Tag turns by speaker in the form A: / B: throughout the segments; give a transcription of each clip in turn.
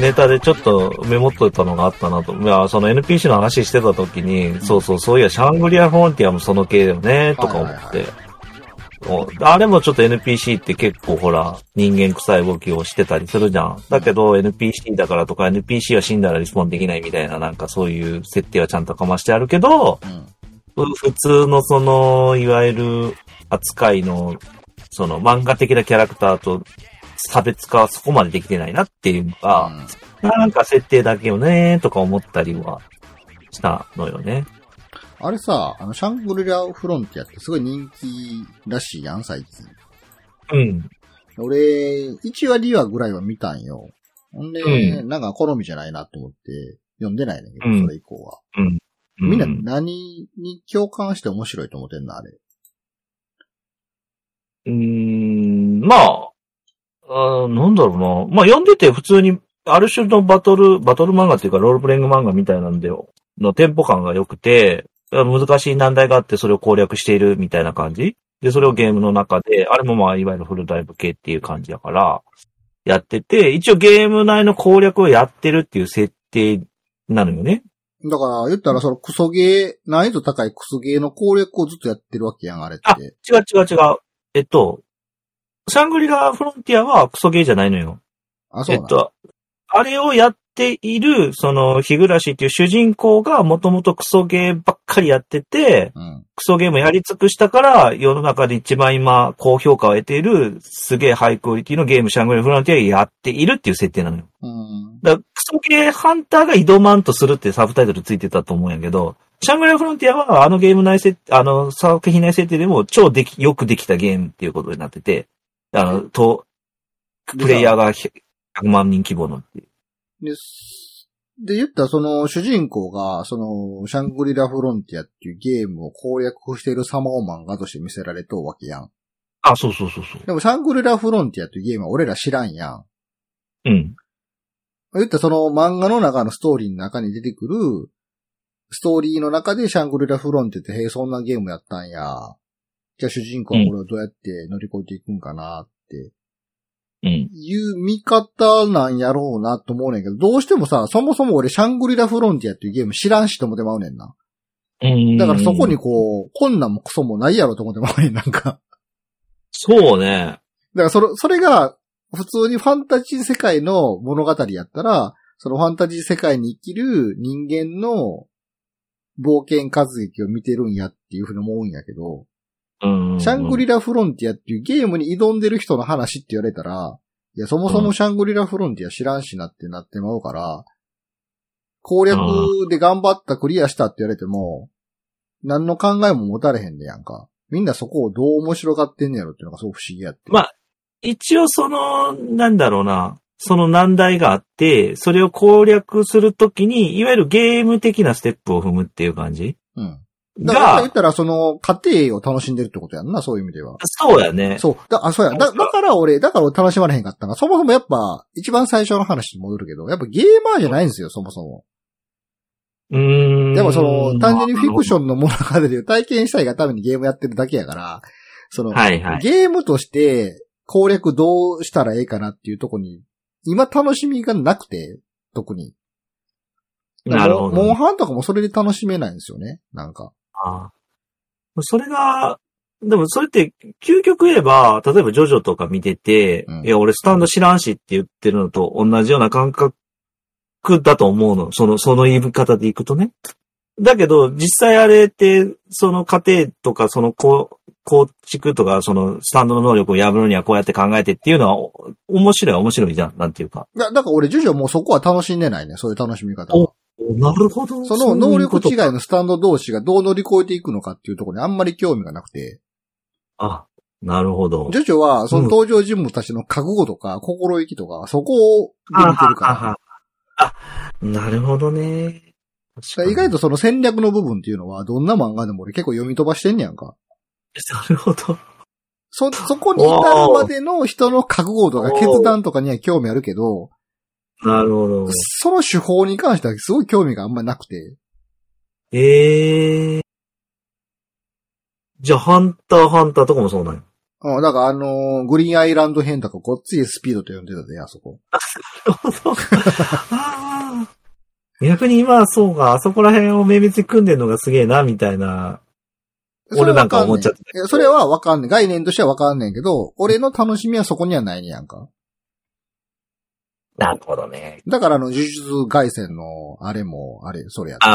A: ネタでちょっとメモっといたのがあったなと。いや、その NPC の話してた時に、そうそう、そういや、シャングリア・フォンティアもその系だよね、とか思って。おあれもちょっと NPC って結構ほら、人間臭い動きをしてたりするじゃん。だけど NPC だからとか NPC は死んだらリスポンできないみたいななんかそういう設定はちゃんとかましてあるけど、
B: うん
A: 普通のその、いわゆる扱いの、その漫画的なキャラクターと差別化はそこまでできてないなっていうの
B: う
A: が、
B: ん
A: なんか設定だけよねーとか思ったりはしたのよね。
B: あれさ、あの、シャングリラ・フロンティアってすごい人気らしいやん、最近。
A: うん。
B: 俺、1話2話ぐらいは見たんよ。ほんで、
A: う
B: なんか好みじゃないなと思って、読んでないねんだけど、
A: うん
B: それ以降は。
A: う
B: みんな何に共感して面白いと思ってんのあれ。
A: うーん、まあ、あーなんだろうな。まあ読んでて普通に、ある種のバトル、バトル漫画っていうかロールプレイング漫画みたいなんで、のテンポ感が良くて、難しい難題があってそれを攻略しているみたいな感じで、それをゲームの中で、あれもまあ、いわゆるフルダイブ系っていう感じだから、やってて、一応ゲーム内の攻略をやってるっていう設定なのよね。
B: だから、言ったらそのクソゲー、難易度高いクソゲーの攻略をずっとやってるわけやん、あれ
A: あ
B: って。
A: 違う違う違う。えっと、シャングリラ・フロンティアはクソゲーじゃないのよ。
B: あ、そう
A: え
B: な
A: っ
B: んだ。
A: と、あれをやっている、その、日暮らしっていう主人公がもともとクソゲーばっかりやってて、
B: うん。
A: クソゲームやり尽くしたから、世の中で一番今、高評価を得ている、すげえハイクオリティのゲーム、シャングリラフロンティアやっているっていう設定なのよ。
B: うん。
A: だからクソゲーハンターが挑まんとするってサブタイトルついてたと思うんやけど、シャングリラフロンティアはあのゲーム内設、あの作品内設定でも超でき、よくできたゲームっていうことになってて、あの、と、プレイヤーが100万人規模のっていう。
B: です。で、言ったらその主人公が、その、シャングリラ・フロンティアっていうゲームを攻略している様を漫画として見せられとうわけやん。
A: あ、そうそうそうそう。
B: でもシャングリラ・フロンティアっていうゲームは俺ら知らんやん。
A: うん。
B: 言ったらその漫画の中のストーリーの中に出てくる、ストーリーの中でシャングリラ・フロンティアって、へえ、そんなゲームやったんや。じゃあ主人公はこれをどうやって乗り越えていくんかなって
A: うん。
B: いう見方なんやろうなと思うねんけど、どうしてもさ、そもそも俺シャングリラ・フロンティアっていうゲーム知らんしと思ってまうねんな。だからそこに。こう、こんなんもクソもないやろと思ってまうねん、なんか。
A: そうね。
B: だからそれ、それが、普通にファンタジー世界の物語やったら、そのファンタジー世界に生きる人間の冒険活劇を見てるんやっていうふうに思うんやけど、
A: うん。
B: シャングリ
A: ラ。
B: ラ・フロンティアっていうゲームに挑んでる人の話って言われたら、いや、そもそもシャングリラ・フロンティア知らんしなってなってまうから、攻略で頑張った、クリアしたって言われても、何の考えも持たれへんねやんか。みんなそこをどう面白がってんねやろっていうのがすごく不思議やって。
A: まあ、一応その、なんだろうな。その難題があって、それを攻略するときに、いわゆるゲーム的なステップを踏むっていう感じ
B: うん。だから、言
A: が
B: っ、たら、その、家庭を楽しんでるってことやんな、そういう意味では。
A: そうやね。
B: そう。だ、あ、そうや。だ、だから俺、だから俺楽しまれへんかったが、そもそもやっぱ、一番最初の話に戻るけど、やっぱゲーマーじゃないんですよ、そもそも。
A: うーん。
B: やっぱその、単純にフィクシ
A: ョ
B: ョンの物語で体験したいがためにゲームやってるだけやから、その、
A: はいはい。
B: ゲームとして攻略どうしたらええかなっていうとこに、今楽しみがなくて、特に。
A: なるほ
B: モン
A: ど。
B: ハンとかもそれで楽しめないんですよね、なんか。
A: あーそれが、でもそれって、究極言えば、例えばジョジョとか見てて、
B: うん
A: いや、俺スタンド知らんしって言ってるのと同じような感覚だと思うの。その、その言い方でいくとね。だけど、実際あれって、その過程とか、そのこう構築とか、そのスタンドの能力を破るにはこうやって考えてっていうのは、お面白いは面白いじゃん。なんていうか。
B: だだから俺、ジョジョもうそこは楽しんでないね、そういう楽しみ方は。
A: なるほど。
B: その能力違い
A: が
B: のスタンド同士がどう乗り越えていくのかっていうところにあんまり興味がなくて、
A: あ、なるほど。
B: ジョジョはその登場人物たちの覚悟とか心意気とか、そこをで見てるから、
A: あ、なるほどね。
B: だから意外とその戦略の部分っていうのはどんな漫画でも俺結構読み飛ばしてんねやんか。
A: なるほど。
B: そ、そこに至るまでの人の覚悟とか決断とかには興味あるけど、
A: なるほど。
B: その手法に関してはすごい興味があんまりなくて、
A: ええー。じゃあ、ハンター、ハンターとかもそうなんや。
B: うん、だからあのーグリーンアイランド編とかごっついスピードと呼んでたで、あそこ。
A: ほど。あー逆に今はそうか、あそこら辺を綿密に組んでるのがすげえな、みたいな。俺なんか思っちゃって
B: いやそれはわかんねん。概念としてはわかんねんけど、俺の楽しみはそこにはないねやんか。
A: なるほどね。
B: だからあの、呪術外戦の、あれも、あれ、それやった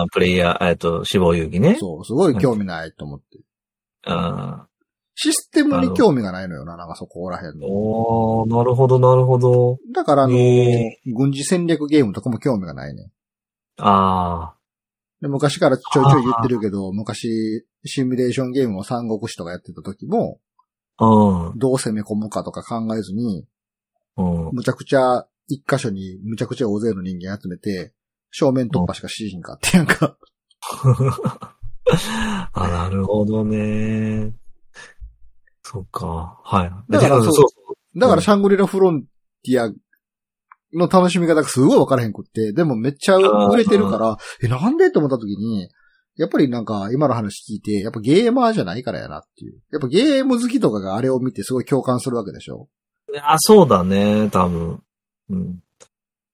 A: あー、プレイヤー、えっと、死亡遊戯ね。
B: そう、すごい興味ないと思って。
A: あ
B: システムに興味がないのよな、なんかそこら辺
A: ー
B: の。
A: おー、なるほど、なるほど。
B: だからあの、
A: へ
B: 軍事戦略ゲームとかも興味がないねん。
A: あ
B: で昔からちょいちょい言ってるけど、昔、シミュレーションゲームを三国志とかやってた時も、
A: ー、
B: どう攻め込むかとか考えずに、
A: うん、うん。
B: むちゃくちゃ、一箇所にむちゃくちゃ大勢の人間集めて、正面突破しかしひんかってやんか。
A: あ、なるほどね。そっか。はい。
B: だからそう
A: そう
B: だからシャングリラフロンティアの楽しみ方がすごい分からへんくって、でもめっちゃ売れてるから、え、なんでって思った時に、やっぱりなんか今の話聞いて、やっぱゲーマーじゃないからやなっていう。やっぱゲーム好きとかがあれを見てすごい共感するわけでしょ
A: あ、そうだね、多分。うん。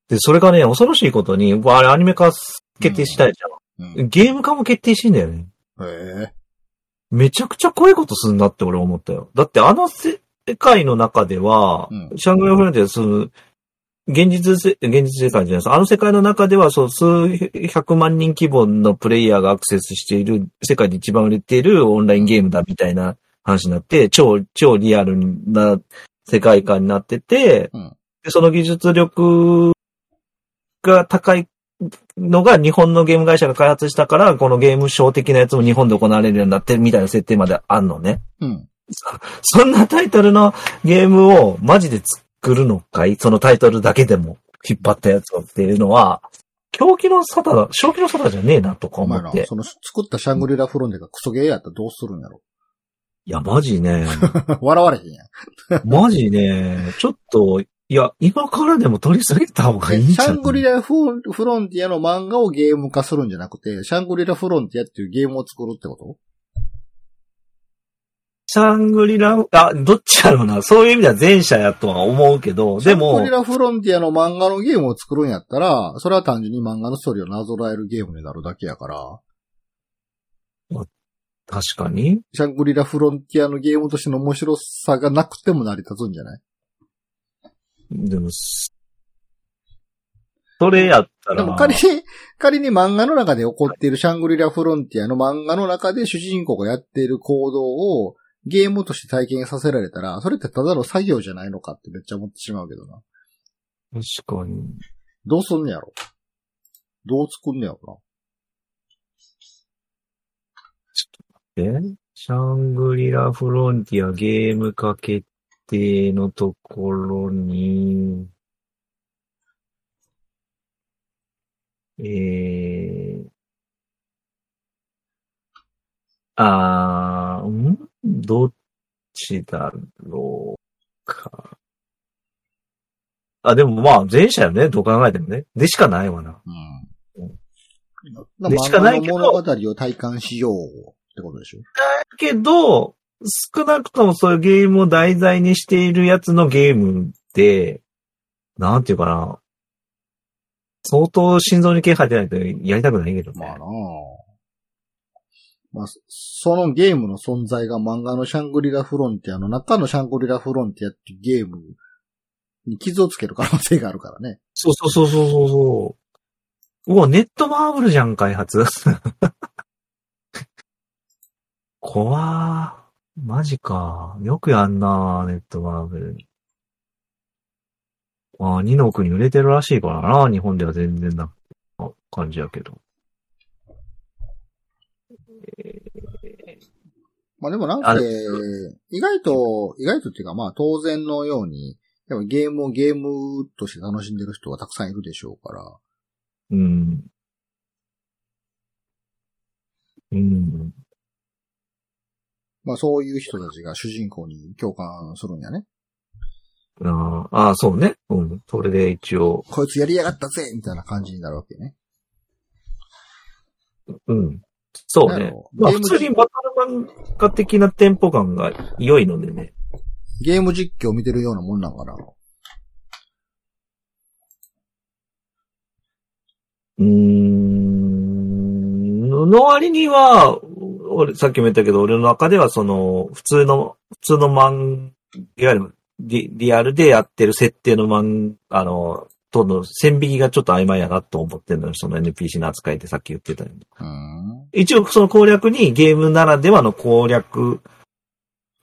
A: で、それがね、恐ろしいことに、僕あれアニメ化決定したいじ
B: うん。
A: ゃん。ゲーム化も決定してんだよね。
B: へえ。
A: めちゃくちゃ怖いことすんなって俺思ったよ。だってあの世界の中では、
B: うん
A: シャングリアフロンティアその、現実せ、現実世界じゃないです。あの世界の中では、そう、数百万人規模のプレイヤーがアクセスしている、世界で一番売れているオンラインゲームだみたいな話になって、超、超リアルな世界観になってて、
B: うん
A: でその技術力が高いのが日本のゲーム会社が開発したから、このゲームショー的なやつも日本で行われるようになってるみたいな設定まであんのね。
B: うん。
A: そんなタイトルのゲームをマジで作るのかいそのタイトルだけでも引っ張ったやつをっていうのは、狂気の沙汰だ、正気の沙汰じゃねえなとか
B: お
A: 思
B: 前
A: っ
B: ら
A: て、。
B: その作ったシャングリラフロンティアがクソゲーやったらどうするんやろ
A: いや、マジね。
B: 笑われへんやん。
A: マジね。ちょっと、いや、今からでも取り下げた方がいいん
B: シ
A: じゃ
B: ャ
A: な
B: ングリ
A: い
B: ラフフロンティアの漫画をゲーム化するんじゃなくて、シャングリラフロンティアっていうゲームを作るってこと
A: シャングリラ、あ、どっちやろうな。そういう意味では前者やとは思うけど、で
B: シャン
A: も
B: グリ、ラフロンティアの漫画のゲームを作るんやったら、それは単純に漫画のストーリーをなぞらえるゲームになるだけやから、
A: 確かに。
B: シャングリラフロンティアのゲームとしての面白さがなくても成り立つんじゃない
A: でも、すそれやった
B: で
A: ら、
B: も仮に、仮に漫画の中で起こっているシャングリラフロンティアの漫画の中で主人公がやっている行動をゲームとして体験させられたら、それってただの作業じゃないのかってめっちゃ思ってしまうけどな。
A: 確かに。
B: どうすんねやろどう作んねやろ
A: えシャングリラフロンティアゲーム化決定のところに、えー、あー、んどっちだろうか。あ、でもまあ前者よね。どう考えてもね。でしかないわな。
B: な。う
A: うんん。
B: なん
A: で
B: か
A: しかない
B: 漫
A: けど
B: 画の物語を体感しようってことでしょ
A: だけど、少なくともそういうゲームを題材にしているやつのゲームって、なんていうかな。相当心臓に気配出ないとやりたくないけどね。
B: まあなあまあ、そそのゲームの存在が漫画のシャングリラフロンティアの中のシャングリラフロンティアっていうゲームに傷をつける可能性があるからね。
A: そうそうそうそうそうそう。うわ、ネットマーブルじゃん、開発。 怖ー。マジか。よくやんなネットマーブル。まあ、2の国売れてるらしいからな、日本では全然な感じやけど。
B: まあでもなん
A: あ
B: か
A: れ、
B: 意外と、意外とっていうかまあ当然のように、やっぱゲームをゲームとして楽しんでる人はたくさんいるでしょうから、
A: うん。うん。
B: まあそういう人たちが主人公に共感するんやね。
A: あーあー、そうね。うん。それで一応、
B: こいつやりやがったぜみたいな感じになるわけね。
A: うん。そう
B: なる
A: ね
B: ほ。ど
A: まあ
B: ゲー
A: 普
B: ム
A: 通にバトル漫画的なテンポ感が良いのでね。
B: ゲーム実況を見てるようなもんなんかな。
A: うーん、の割には、俺、さっきも言ったけど、俺の中ではその、普通の、普通の漫画、いわゆるリリアルでやってる設定の漫画、あの、との線引きがちょっと曖昧やなと思ってるのに、その NPC の扱いってさっき言ってたように
B: うん。
A: 一応その攻略にゲームならではの攻略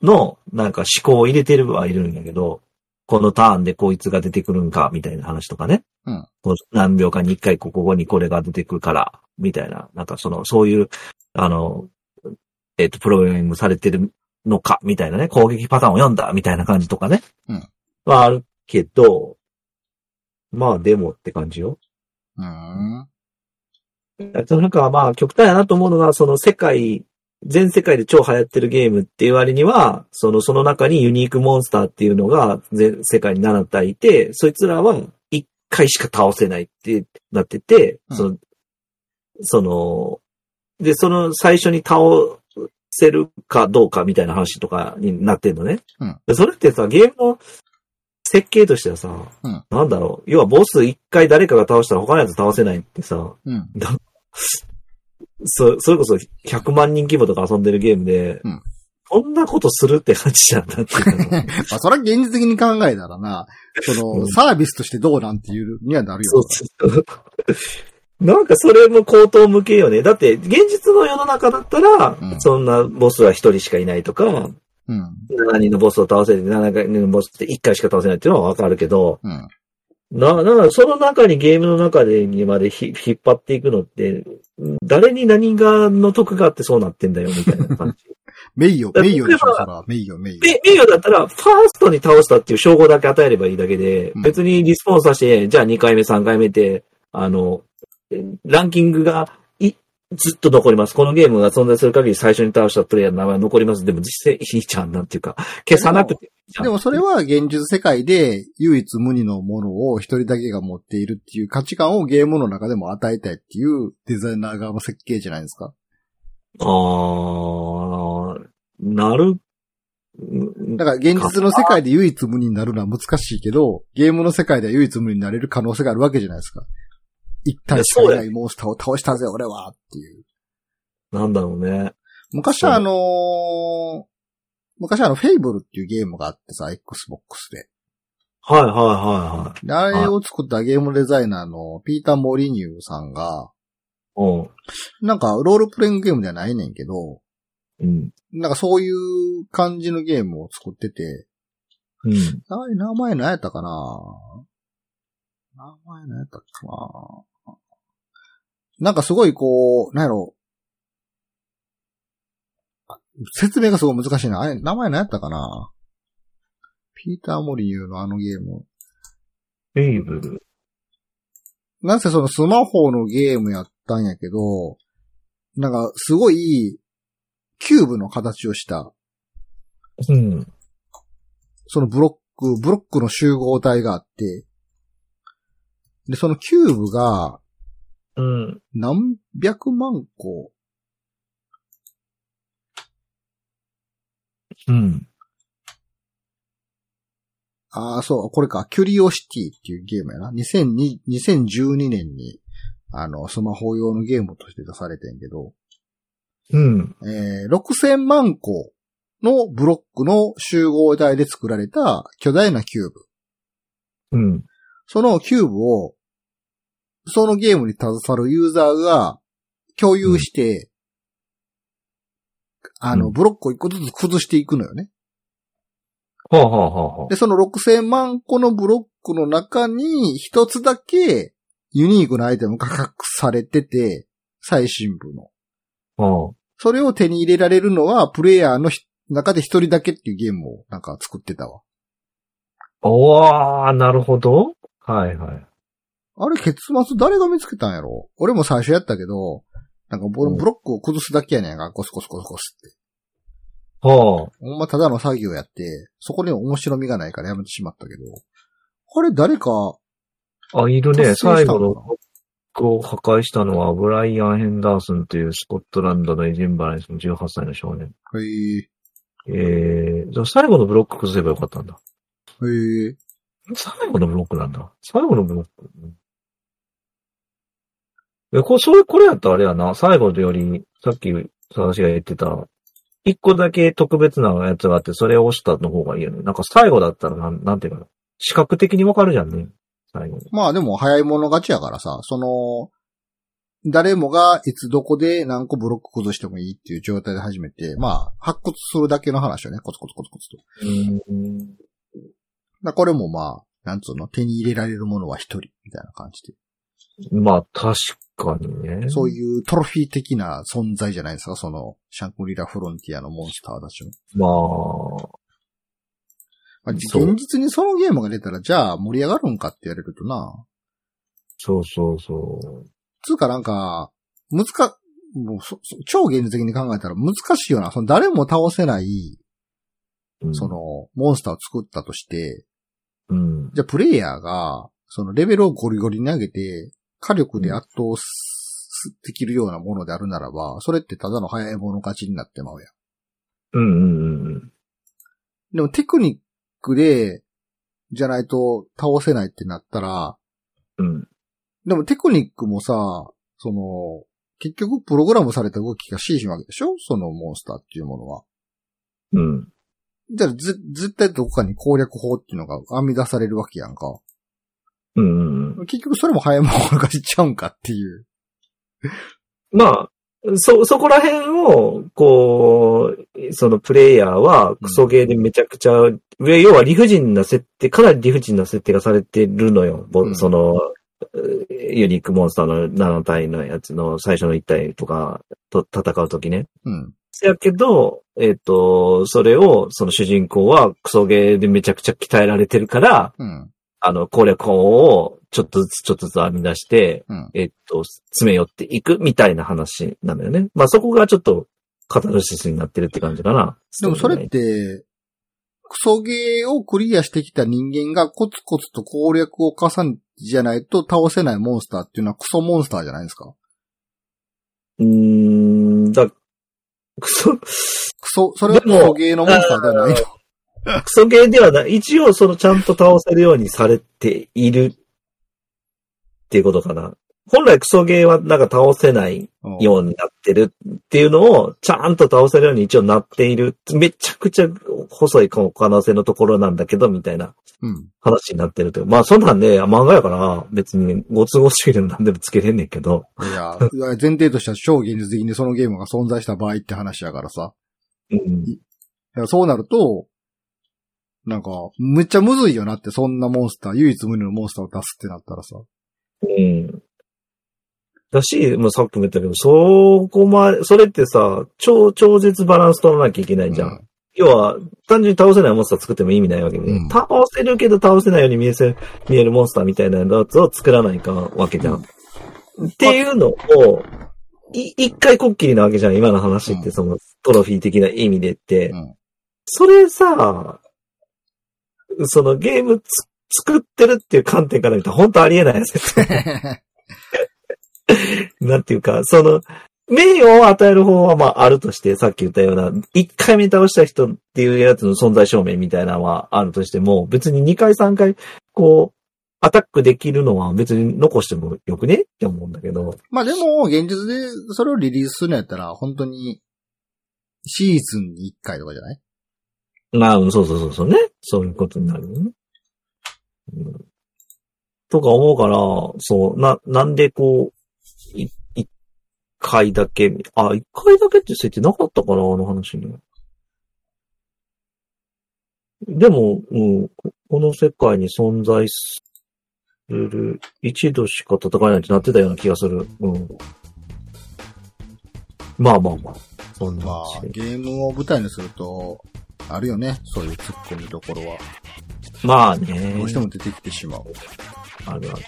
A: のなんか思考を入れてるはいるんだけど、このターンでこいつが出てくるんか、みたいな話とかね。
B: うん
A: こう何秒かに一回ここにこれが出てくるから、みたいな。なんかその、そういう、あの、えっ、と、プログラミングされてるのか、みたいなね。攻撃パターンを読んだ、みたいな感じとかね。
B: うん
A: はあるけど、まあでもって感じよ。
B: うん。
A: えっとなんかまあ極端やなと思うのが、その世界、全世界で超流行ってるゲームっていう割には、その、その中にユニークモンスターっていうのが全世界に7体いて、そいつらは1回しか倒せないってなってて、
B: うん
A: その、その、で、その最初に倒せるかどうかみたいな話とかになってんのね。
B: うん
A: でそれってさ、ゲームの設計としてはさ、
B: うん
A: なんだろう。要はボス1回誰かが倒したら他のやつ倒せないってさ、
B: うん。
A: そ、それこそ100万人規模とか遊んでるゲームで、
B: うん
A: こんなことするって感じなんだっていう か
B: まあ、それは現実的に考えたらな、そ
A: うん
B: の、サービスとしてどうなんていうにはなるよ
A: そうそう。なんかそれも口頭向けよね。だって、現実の世の中だったら、
B: うん
A: そんなボスは1人しかいないとか、
B: な。うん。
A: 7人のボスを倒せて、7人のボスって1回しか倒せないっていうのはわかるけど、
B: うん。
A: な、なんかその中にゲームの中でにまでひ引っ張っていくのって、誰に何がの得があってそうなってんだよ、みたいな感じ。
B: 名誉、
A: だ
B: 名誉
A: 例え
B: でし
A: ば
B: ょ、そら。名誉、名誉。
A: で、名誉だったら、ファーストに倒したっていう称号だけ与えればいいだけで、
B: うん
A: 別にリスポンスさせて、じゃあ2回目、3回目って、あの、ランキングが、い、ずっと残ります。このゲームが存在する限り最初に倒したプレイヤーの名前は残ります。でも実際いいじゃん、なんていうか、消さなくていいじゃん。
B: でもそれは現実世界で唯一無二のものを一人だけが持っているっていう価値観をゲームの中でも与えたいっていうデザイナー側の設計じゃないですか。
A: あー、なる、
B: だから現実の世界で唯一無二になるのは難しいけど、ゲームの世界では唯一無二になれる可能性があるわけじゃないですか。一体しかいないモンスターを倒したぜ、俺はっていう。
A: なんだろうね。
B: 昔はあのー昔はあの、フェイブルっていうゲームがあってさ、Xbox で。
A: はいはいはいはい。
B: であれを作ったゲームデザイナーのピーター・モリニューさんが、
A: うん。
B: なんかロールプレイングゲームではないねんけど、
A: うん。
B: なんかそういう感じのゲームを作ってて、
A: うん。
B: あれ名前何やったかな名前何やったかななんかすごいこう、なんやろ。説明がすごい難しいな。あれ、名前何やったかなピーター・モリユーのあのゲーム。
A: フェイブル。
B: なんせそのスマホのゲームやったんやけど、なんかすごい、キューブの形をした、
A: うん。
B: そのブロック、ブロックの集合体があって、で、そのキューブが、
A: うん。
B: 何百万個
A: うん。
B: ああ、そう、これか。キュリオシティっていうゲームやな。2002 2012年に、あの、スマホ用のゲームとして出されてんけど、
A: うん。
B: えー、6000万個のブロックの集合体で作られた巨大なキューブ。
A: うん。
B: そのキューブを、そのゲームに携わるユーザーが共有して、あ
A: う
B: の、
A: ん
B: ブロックを一個ずつ崩していくのよね。
A: はあ、はあはあはあ、
B: で、その6000万個のブロックの中に一つだけユニークなアイテムが隠されてて、最新部の。
A: うん。
B: それを手に入れられるのはプレイヤーのひ中で一人だけっていうゲームをなんか作ってたわ。
A: おー、なるほど。はいはい。
B: あれ結末誰が見つけたんやろ俺も最初やったけど、なんか
A: う
B: ブ
A: ん
B: ブロックを崩すだけやねんが、ゴスゴスゴスゴスって。
A: は
B: ほんまただの作業やって、そこに面白みがないからやめてしまったけど。あれ誰か、
A: あ。あ、いるね。
B: 達成
A: 最
B: した
A: 後
B: のかな
A: のロックを破壊したのは、ブライアン・ヘンダーソンというスコットランドのエジンバランスの18歳の少年。
B: へえ、
A: えー、じゃあ最後のブロック崩せばよかったんだ。
B: へえ、
A: 最後のブロックなんだ。最後のブロック。え、これ、それ、これやったらあれやな。最後のより、さっき、話が言ってた、一個だけ特別なやつがあって、それを押したの方がいいよね。なんか最後だったら、なん、なんていうかな。視覚的にわかるじゃんね。最後に。
B: まあでも早い者勝ちやからさ、その、誰もがいつどこで何個ブロック崩してもいいっていう状態で始めて、まあ、発掘するだけの話よね、コツコツコツコツと。だか
A: うん。
B: らこれもまあ、なんつうの、手に入れられるものは一人、みたいな感じ
A: まあ、確かにね。
B: で。そういうトロフィー的な存在じゃないですか、その、シャンクリラ・フロンティアのモンスターたちの。
A: まあ、
B: まあ、
A: そう
B: 現実にそのゲームが出たら、じゃあ盛り上がるんかって言われるとな。
A: そうそうそ
B: つうかなんか、難か、もうそ、そ超現実的に考えたら難しいよな。その誰も倒せない、
A: う。うん
B: そ、の、モンスターを作ったとして、
A: うん。
B: じゃあプレイヤーが、そのレベルをゴリゴリに上げて、火力で圧倒すできるようなものであるならば、それってただの早い者勝ちになってまうやん。
A: うんうんうんうん。
B: でもテクニックで、じゃないと倒せないってなったら、
A: うん。
B: でもテクニックもさ、その、結局プログラムされた動きが指示なわけでしょそのモンスターっていうものは。
A: うん。
B: じゃあ、ず、絶対どこかに攻略法っていうのが編み出されるわけやんか。
A: うんうんうん。
B: 結局それも早いもん勝ちちゃうんかっていう。
A: まあ、そ、そこら辺を、こう、そのプレイヤーは、クソゲーでめちゃくちゃ、上、要は理不尽な設定、かなり理不尽な設定がされてるのよ。ぼ
B: うん
A: その、えユニークモンスターの7体のやつの最初の1体とかと戦うときね。
B: うん。
A: やけど、えっ、と、それを、その主人公はクソゲーでめちゃくちゃ鍛えられてるから、
B: うん。
A: あの、攻略法をちょっとずつちょっとずつ編み出して、
B: うん
A: えっと、詰め寄っていくみたいな話なのよね。まあそこがちょっとカタルシスになってるって感じかな。
B: でもそれ
A: そう
B: っ
A: ね
B: て、クソゲーをクリアしてきた人間がコツコツと攻略を重ねじゃないと倒せないモンスターっていうのはクソモンスターじゃないですか。
A: うーん、だ、 クソ、ク
B: クソ、それはクソゲーのモンスターではないと。
A: ソゲーではない。一応そのちゃんと倒せるようにされているっていうことかな。本来クソゲーはなんか倒せない
B: うん
A: ようになってるっていうのを、ちゃんと倒せるように一応なっている。めちゃくちゃ細い可能性のところなんだけど、みたいな
B: うん。
A: 話になってるという。まあ、そんなんで、漫画やから、別にご都合主義でも何でもつけれんねんけど。
B: いや、いや前提としては超現実的にそのゲームが存在した場合って話やからさ。
A: うん。
B: だからそうなると、なんか、むっちゃむずいよなって、そんなモンスター、唯一無二のモンスターを出すってなったらさ。
A: うん。だし、まあ、さっきも言ったけど、そこまで、それってさ、超、超絶バランス取らなきゃいけないじゃん。
B: うん
A: 要は、単純に倒せないモンスター作っても意味ないわけで、
B: うん
A: 倒せるけど倒せないように見えせ、見えるモンスターみたいなやつを作らないかわけじゃん。っていうのを、い一回こっきりなわけじゃん、今の話っ
B: う
A: て、その、トロフィー的な意味でって。
B: うん
A: それさ、そのゲームつ作ってるっていう観点から見たら本当ありえないですよ なんていうか、その、名誉を与える方はまああるとして、さっき言ったような、1回目倒した人っていうやつの存在証明みたいなのはあるとしても、別に2回3回、こう、アタックできるのは別に残してもよくねって思うんだけど。
B: まあでも、現実でそれをリリースするのやったら、本当に、シーズンに1回とかじゃない
A: まあ、うんそうそうそうそうね。そういうことになるよね。うん、とか思うから、そう、な、なんでこう、い一回だけ、あ、一回だけって設定なかったかな、あの話には。でも、うん、ここの世界に存在する、一度しか戦えないってなってたような気がする。うん。まあまあまあ。そんな
B: ま
A: 話
B: あ、ゲームを舞台にすると、あるよね。そういう突っ込みどころは。
A: まあね。
B: どうしても出てきてしまう。
A: あるある。